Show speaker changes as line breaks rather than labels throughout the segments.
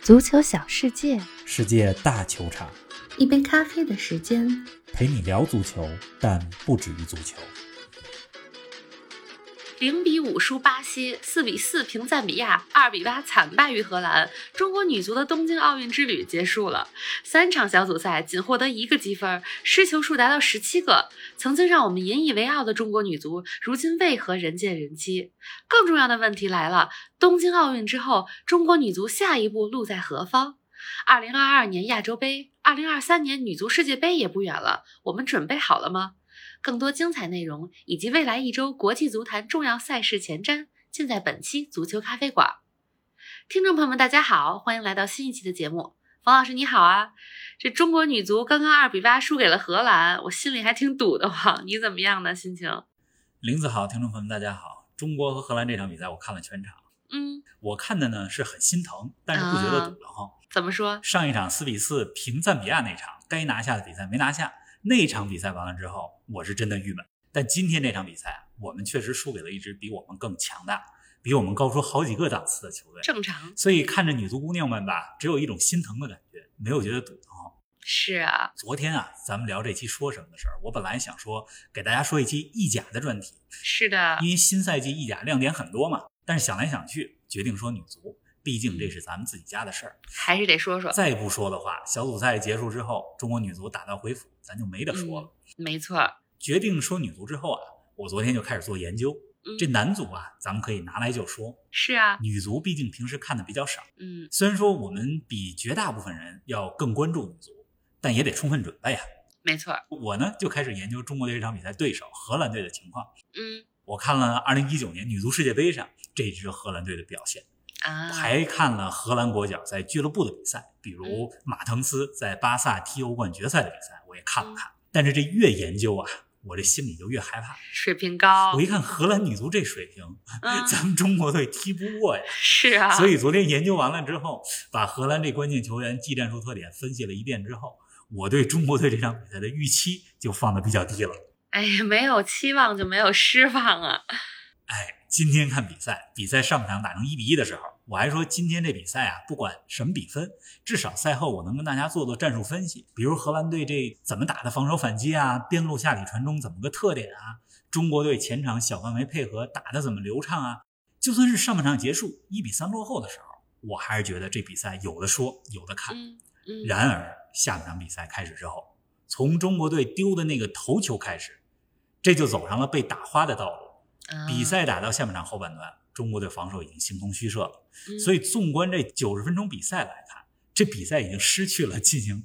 足球小世界，
世界大球场，
一杯咖啡的时间。
陪你聊足球，但不止于足球。
零比五输巴西，四比四平赞比亚，二比八惨败于荷兰。中国女足的东京奥运之旅结束了，三场小组赛仅获得一个积分，失球数达到十七个。曾经让我们引以为傲的中国女足，如今为何人见人欺？更重要的问题来了：东京奥运之后，中国女足下一步路在何方？二零二二年亚洲杯、二零二三年女足世界杯也不远了，我们准备好了吗？更多精彩内容以及未来一周国际足坛重要赛事前瞻，尽在本期足球咖啡馆。听众朋友们，大家好，欢迎来到新一期的节目。冯老师你好啊，这中国女足刚刚二比八输给了荷兰，我心里还挺堵得慌。你怎么样呢？心情？
林子好，听众朋友们大家好。中国和荷兰这场比赛我看了全场，
嗯，
我看的呢是很心疼，但是不觉得堵得慌。
怎么说？
上一场四比四平赞比亚那场，该拿下的比赛没拿下。那场比赛完了之后，我是真的郁闷。但今天这场比赛，我们确实输给了一支比我们更强大、比我们高出好几个档次的球队。
正常。
所以看着女足姑娘们吧，只有一种心疼的感觉，没有觉得堵得慌。
是啊，
昨天啊，咱们聊这期说什么的事儿，我本来想说给大家说一期意甲的专题，
是的，
因为新赛季意甲亮点很多嘛。但是想来想去，决定说女足，毕竟这是咱们自己家的事儿。
还是得说说。
再不说的话，小组赛结束之后，中国女足打道回府，咱就没得说了。
没错，
决定说女足之后啊，我昨天就开始做研究。
嗯
这男足啊，咱们可以拿来就说；
是啊，
女足毕竟平时看的比较少，
嗯，
虽然说我们比绝大部分人要更关注女足，但也得充分准备啊。
没错，
我呢就开始研究中国队这场比赛对手荷兰队的情况。
嗯
我看了2019年女足世界杯上这支荷兰队的表现，
啊，
还看了荷兰国脚在俱乐部的比赛，比如
嗯
马滕斯在巴萨踢欧冠决赛的比赛，我也看
嗯
了看。但是这越研究啊，我这心里就越害怕。
水平高
我，一看荷兰女足这水平，
哦嗯，
咱们中国队踢不过呀。
是啊，
所以昨天研究完了之后，把荷兰这关键球员技战术特点分析了一遍之后，我对中国队这场比赛的预期就放的比较低了。
哎呀，没有期望就没有失望啊。
哎，今天看比赛，比赛上半场打成一比一的时候，我还说今天这比赛啊，不管什么比分，至少赛后我能跟大家做做战术分析，比如荷兰队这怎么打的防守反击啊，边路下底传中怎么个特点啊，中国队前场小范围配合打得怎么流畅啊。就算是上半场结束一比三落后的时候，我还是觉得这比赛有的说，有的看。
嗯嗯，
然而下半场比赛开始之后，从中国队丢的那个头球开始，这就走上了被打花的道路。
啊
比，赛打到下半场后半段，中国队防守已经形同虚设了。
嗯
所以纵观这九十分钟比赛来看，这比赛已经失去了进行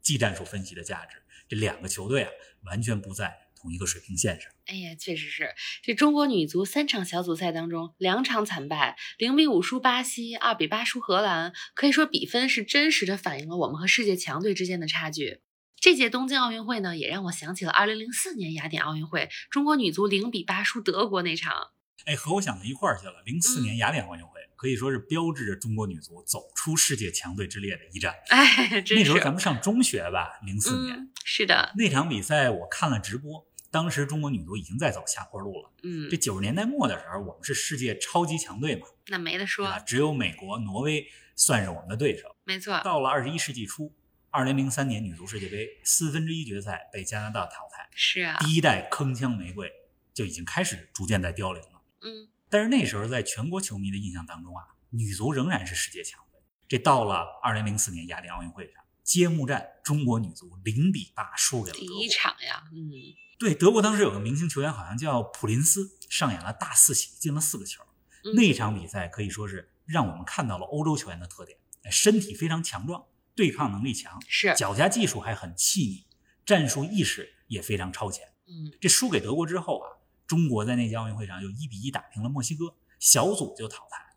技战术分析的价值。这两个球队啊，完全不在同一个水平线上。
哎呀，确实是。这中国女足三场小组赛当中，两场惨败，零比五输巴西，二比八输荷兰，可以说比分是真实的反映了我们和世界强队之间的差距。这届东京奥运会呢，也让我想起了2004年雅典奥运会，中国女足零比八输德国那场。
哎，和我想的一块儿去了。零四
嗯
年雅典奥运会可以说是标志着中国女足走出世界强队之列的一战。
哎，
那
真
时
是
候，咱们上中学吧，零四年、
嗯，是的，
那场比赛，我看了直播。当时中国女足已经在走下坡路了。
嗯
这，九十年代末的时候，我们是世界超级强队嘛，
那没得
对吧？
说，
啊只有美国、挪威算是我们的对手。
没错，
到了二十一世纪初，二零零三年女足世界杯四分之一决赛被加拿大淘汰，
是啊，
第一代铿锵玫瑰就已经开始逐渐在凋零了。
嗯，
但是那时候，在全国球迷的印象当中啊，女足仍然是世界强队。这到了二零零四年雅典奥运会上，揭幕战中国女足零比八输给了
第
德国。
一场呀，嗯，
对，德国当时有个明星球员，好像叫普林斯，上演了大四喜，进了四个球。
嗯
那场比赛可以说是让我们看到了欧洲球员的特点，哎身体非常强壮，对抗能力强，
是，
脚下技术还很细腻，战术意识也非常超前。
嗯，
这输给德国之后啊，中国在那届奥运会上就一比一打平了墨西哥，小组就淘汰。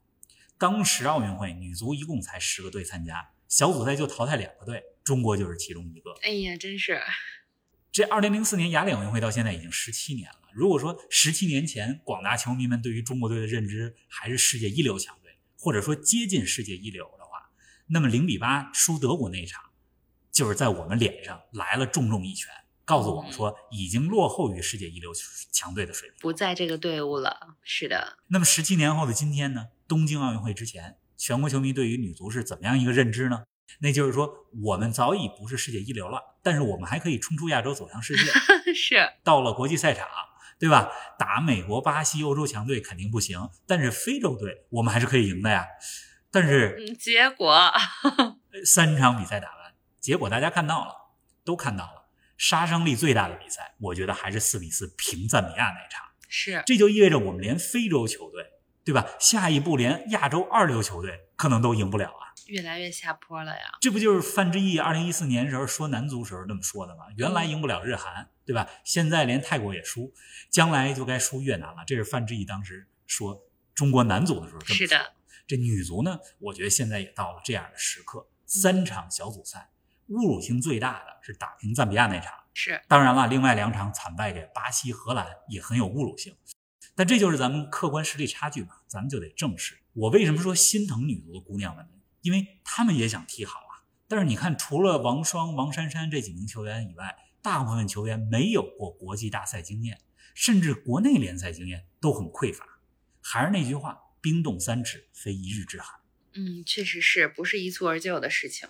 当时奥运会女足一共才十个队参加，小组赛就淘汰两个队，中国就是其中一个。
哎呀，真是，
这二零零四年雅典奥运会到现在已经十七年了。如果说十七年前广大球迷们对于中国队的认知还是世界一流强队，或者说接近世界一流的话，那么零比八输德国那一场，就是在我们脸上来了重重一拳，告诉我们说已经落后于世界一流强队的水平。
不在这个队伍了，是的，
那么十七年后的今天呢？东京奥运会之前，全国球迷对于女足是怎么样一个认知呢？那就是说，我们早已不是世界一流了，但是我们还可以冲出亚洲，走向世界。
是
到了国际赛场，对吧？打美国、巴西、欧洲强队肯定不行，但是非洲队我们还是可以赢的呀。但是
嗯，结果
呃三场比赛打完，结果大家看到了，都看到了，杀伤力最大的比赛，我觉得还是四比四平赞比亚那场。
是
这就意味着我们连非洲球队，对吧？下一步连亚洲二流球队可能都赢不了啊！
越来越下坡了呀。
这不就是范志毅二零一四年时候说男足时候那么说的吗？原来赢不了日韩，对吧？现在连泰国也输，将来就该输越南了。这是范志毅当时说中国男足的时候这么
是
说
的，
这女足呢，我觉得现在也到了这样的时刻，三场小组赛侮辱性最大的是打平赞比亚那场。
是
当然了，另外两场惨败给巴西、荷兰也很有侮辱性，但这就是咱们客观实力差距嘛，咱们就得正视。我为什么说心疼女足的姑娘们呢？因为她们也想踢好啊。但是你看，除了王霜、王珊珊这几名球员以外，大部分球员没有过国际大赛经验，甚至国内联赛经验都很匮乏。还是那句话，冰冻三尺，非一日之寒。
嗯，确实是不是一蹴而就的事情。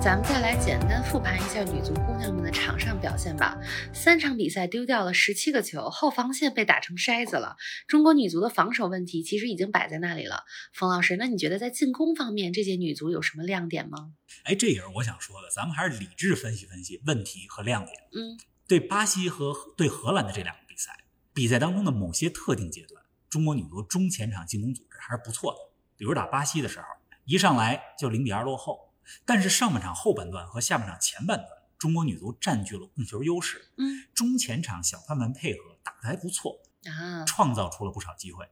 咱们再来简单复盘一下女足姑娘们的场上表现吧。三场比赛丢掉了十七个球，后防线被打成筛子了。中国女足的防守问题其实已经摆在那里了。冯老师，那你觉得在进攻方面，这届女足有什么亮点吗？
哎，这也是我想说的，咱们还是理智分析分析问题和亮点。
嗯，
对巴西和对荷兰的这两个比赛，比赛当中的某些特定阶段，中国女足中前场进攻组织还是不错的。比如打巴西的时候，一上来就零比二落后，但是上半场后半段和下半场前半段，中国女足占据了控球优势，
嗯
中前场小范围配合打得还不错，
啊，
创造出了不少机会，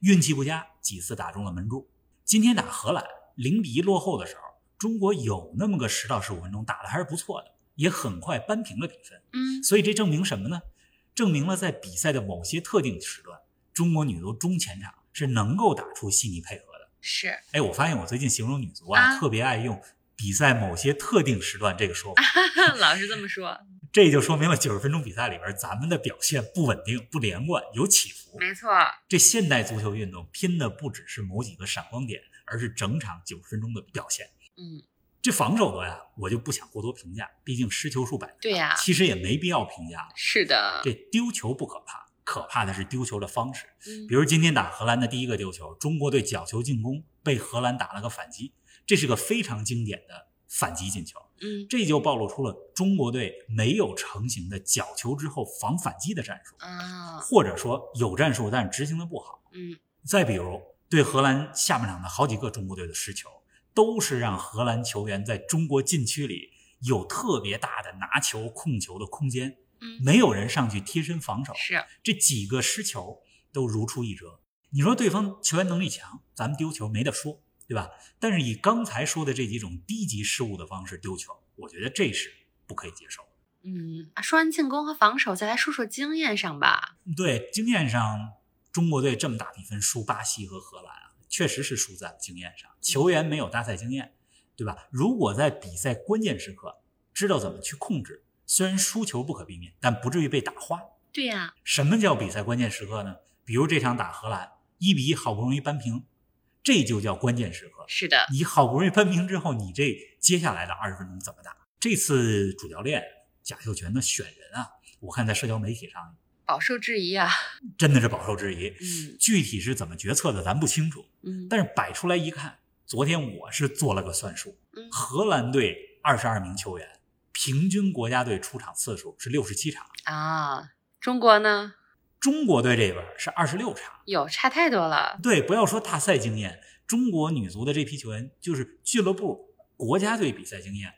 运气不佳，几次打中了门柱。今天打荷兰零比一落后的时候，中国有那么个十到十五分钟打得还是不错的，也很快扳平了比分。
嗯，
所以这证明什么呢？证明了在比赛的某些特定时段，中国女足中前场是能够打出细腻配合的。
是
哎，我发现我最近形容女足
啊
啊，特别爱用比赛某些特定时段这个说法，
老是这么说，
这就说明了九十分钟比赛里边咱们的表现不稳定、不连贯、有起伏。
没错，
这现代足球运动拼的不只是某几个闪光点，而是整场九十分钟的表现。
嗯，
这防守端啊，我就不想过多评价，毕竟失球数百，
对呀、
其实也没必要评价了。
是的，
这丢球不可怕，可怕的是丢球的方式。
嗯
比如今天打荷兰的第一个丢球，中国队角球进攻被荷兰打了个反击，这是个非常经典的反击进球。
嗯
这就暴露出了中国队没有成型的角球之后防反击的战术，
啊，
或者说有战术但是执行的不好。
嗯，
再比如对荷兰下半场的好几个中国队的失球，都是让荷兰球员在中国禁区里有特别大的拿球控球的空间，
嗯，
没有人上去贴身防守，
是
这几个失球都如出一辙。你说对方球员能力强，咱们丢球没得说，对吧？但是以刚才说的这几种低级失误的方式丢球，我觉得这是不可以接受的。
嗯，说完进攻和防守，再来说说经验上吧。
对经验上，中国队这么大比分输巴西和荷兰啊，确实是输在了经验上，球员没有大赛经验，对吧？如果在比赛关键时刻知道怎么去控制，虽然输球不可避免，但不至于被打花。
对呀、
什么叫比赛关键时刻呢？比如这场打荷兰，一比一好不容易扳平，这就叫关键时刻。
是的，
你好不容易扳平之后，你这接下来的二十分钟怎么打？这次主教练贾秀全的选人啊，我看在社交媒体上
饱受质疑啊。
真的是饱受质疑。
嗯
具体是怎么决策的，咱不清楚，
嗯
但是摆出来一看，昨天我是做了个算数，
嗯
荷兰队二十二名球员，平均国家队出场次数是六十七场，
啊，中国呢
中国队这边是二十六场。
有差太多了。
对，不要说大赛经验，中国女足的这批球员就是俱乐部、国家队比赛经验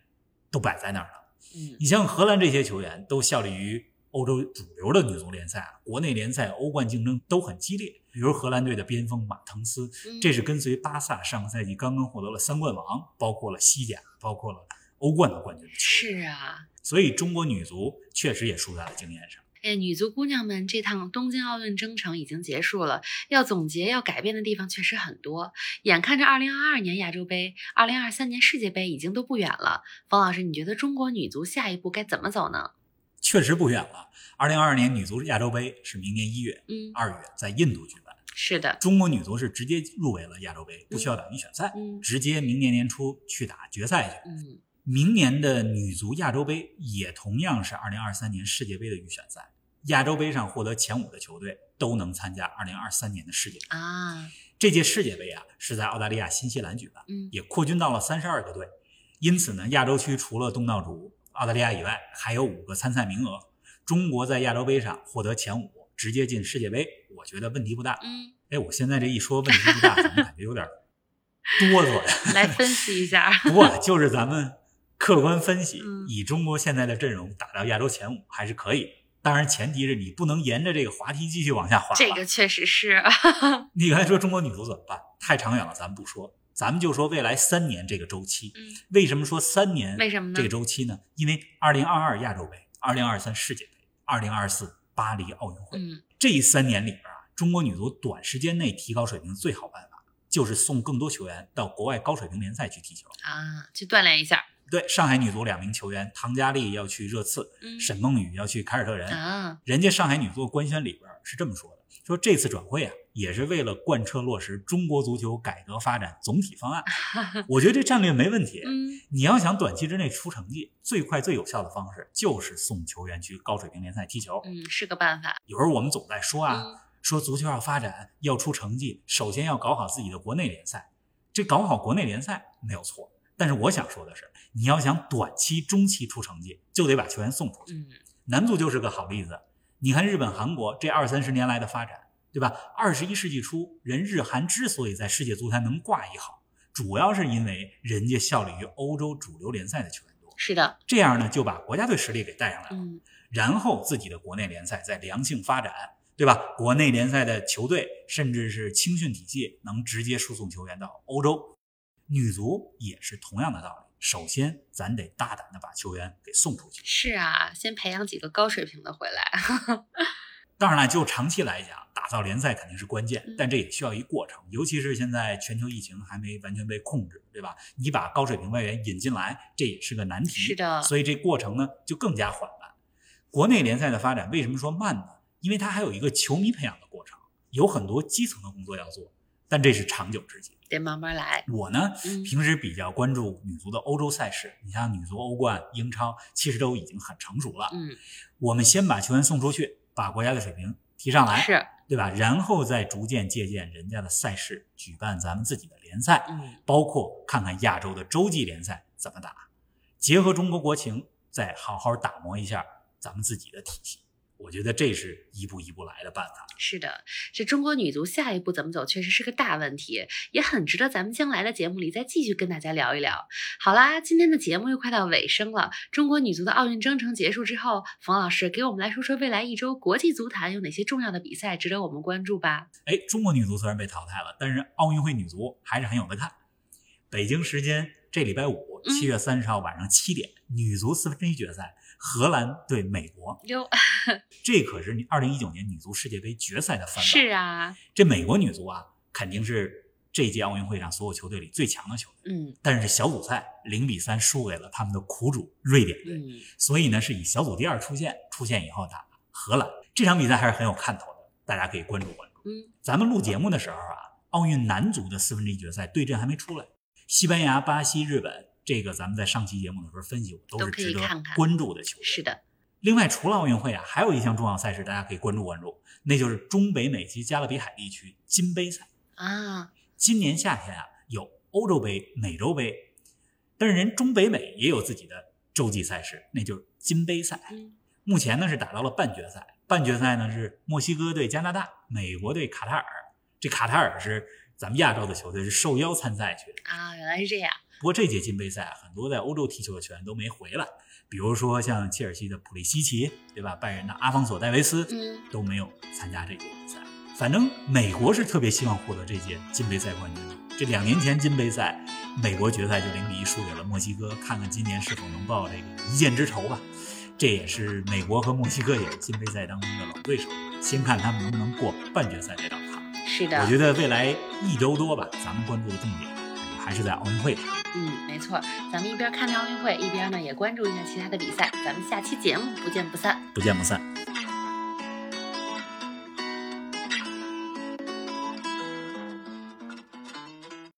都摆在那儿了。
嗯
你像荷兰这些球员都效力于欧洲主流的女足联赛啊，国内联赛、欧冠竞争都很激烈。比如荷兰队的边锋马滕斯，
嗯
这是跟随巴萨上个赛季刚刚获得了三冠王，包括了西甲，包括了欧冠的冠军的球员。
是啊，
所以中国女足确实也输在了经验上。
哎，女足姑娘们这趟东京奥运征程已经结束了，要总结、要改变的地方确实很多。眼看着2022年亚洲杯、2023年世界杯已经都不远了，冯老师，你觉得中国女足下一步该怎么走呢？
确实不远了。二零二二年女足亚洲杯是明年一月、
嗯，
二月在印度举办，
是的，
中国女足是直接入围了亚洲杯，不需要打预选赛，
嗯
直接明年年初去打决赛去。
嗯
明年的女足亚洲杯也同样是二零二三年世界杯的预选赛，亚洲杯上获得前五的球队都能参加二零二三年的世界杯。
啊，
这届世界杯啊是在澳大利亚、新西兰举办，
嗯
也扩军到了三十二个队，因此呢，亚洲区除了东道主澳大利亚以外，还有五个参赛名额。中国在亚洲杯上获得前五，直接进世界杯，我觉得问题不大。
嗯，
哎，我现在这一说问题不大，怎么感觉有点哆嗦呀？
来分析一下，
不过啊就是咱们客观分析
嗯，
以中国现在的阵容打到亚洲前五还是可以的。当然，前提是你不能沿着这个滑梯继续往下滑。
这个确实是，
你刚才说中国女足怎么办？太长远了，咱们不说，咱们就说未来三年这个周期。
嗯
为什么说三年？
为什么呢
这个周期呢？因为二零二二亚洲杯、二零二三世界杯、二零二四巴黎奥运会、
嗯
这三年里边啊，中国女足短时间内提高水平最好办法就是送更多球员到国外高水平联赛去踢球。
啊，去锻炼一下，
对，上海女足两名球员唐佳丽要去热刺，
嗯
沈梦雨要去凯尔特人。
啊，
人家上海女足官宣里边是这么说的：说这次转会啊，也是为了贯彻落实中国足球改革发展总体方 案。我觉得这战略没问题。
嗯
你要想短期之内出成绩，最快最有效的方式就是送球员去高水平联赛踢球。
嗯，是个办法，
有时候我们总在说啊，
嗯
说足球要发展要出成绩，首先要搞好自己的国内联赛。这搞好国内联赛没有错，但是我想说的是，你要想短期、中期出成绩，就得把球员送出去。
嗯
男足就是个好例子，你看日本、韩国这二三十年来的发展，对吧？二十一世纪初，人日韩之所以在世界足坛能挂一号，主要是因为人家效力于欧洲主流联赛的球员多，
是的，
这样呢就把国家队实力给带上来了。
嗯
然后自己的国内联赛再良性发展，对吧？国内联赛的球队甚至是青训体系能直接输送球员到欧洲。女足也是同样的道理，首先咱得大胆的把球员给送出去。
是啊，先培养几个高水平的回来，
当然了，就长期来讲，打造联赛肯定是关键
嗯，
但这也需要一过程，尤其是现在全球疫情还没完全被控制，对吧？你把高水平外援引进来，这也是个难题。
是的
所以这过程呢就更加缓慢。国内联赛的发展为什么说慢呢？因为它还有一个球迷培养的过程，有很多基层的工作要做，但这是长久之计。
得慢慢来，
我呢，
嗯
平时比较关注女足的欧洲赛事，你像女足欧冠、英超，其实都已经很成熟了。
嗯，
我们先把球员送出去，把国家的水平提上来，
是，
对吧？然后再逐渐借鉴人家的赛事，举办咱们自己的联赛，
嗯
包括看看亚洲的洲际联赛怎么打，结合中国国情，再好好打磨一下咱们自己的体系。我觉得这是一步一步来的办法。
是的，这中国女足下一步怎么走，确实是个大问题，也很值得咱们将来的节目里再继续跟大家聊一聊。好啦，今天的节目又快到尾声了。中国女足的奥运征程结束之后，冯老师给我们来说说未来一周国际足坛有哪些重要的比赛值得我们关注吧。
哎，中国女足虽然被淘汰了，但是奥运会女足还是很有的看。北京时间这礼拜五，
嗯
七月三十号晚上七点，女足四分之一决赛，荷兰对美国。
哟，
这可是你二零一九年女足世界杯决赛的翻版。
是啊，
这美国女足啊，肯定是这届奥运会上所有球队里最强的球队，
嗯
但是小组赛零比三输给了他们的苦主瑞典队，
嗯，
所以呢是以小组第二出线，出线以后打荷兰。这场比赛还是很有看头的，大家可以关注关注。
嗯，
咱们录节目的时候啊，奥运男足的四分之一决赛对阵还没出来，西班牙、巴西、日本，这个咱们在上期节目的时候分析过，
都
是
可以
值得
看看
关注的球队。
是的，
另外，除了奥运会啊，还有一项重要赛事大家可以关注关注，那就是中北美及加勒比海地区金杯赛。
啊，
今年夏天啊，有欧洲杯、美洲杯，但是人中北美也有自己的洲际赛事，那就是金杯赛。
嗯
目前呢是打到了半决赛，半决赛呢是墨西哥对加拿大，美国对卡塔尔。这卡塔尔是咱们亚洲的球队，是受邀参赛去的。
啊，原来是这样，
不过这届金杯赛啊，很多在欧洲踢球的球员都没回来，比如说像切尔西的普利西奇，对吧？拜仁的阿方索·戴维斯
嗯
都没有参加这届比赛。反正美国是特别希望获得这届金杯赛冠军的。这两年前金杯赛，美国决赛就零比一输给了墨西哥，看看今年是否能报这个一箭之仇吧。这也是美国和墨西哥也是金杯赛当中的老对手。先看他们能不能过半决赛这道坎。
是啊的，
我觉得未来一周多吧，咱们关注的重点还是在奥运会上。
嗯，没错，咱们一边看着奥运会，一边呢也关注一下其他的比赛。咱们下期节目不见不散。
不见不散。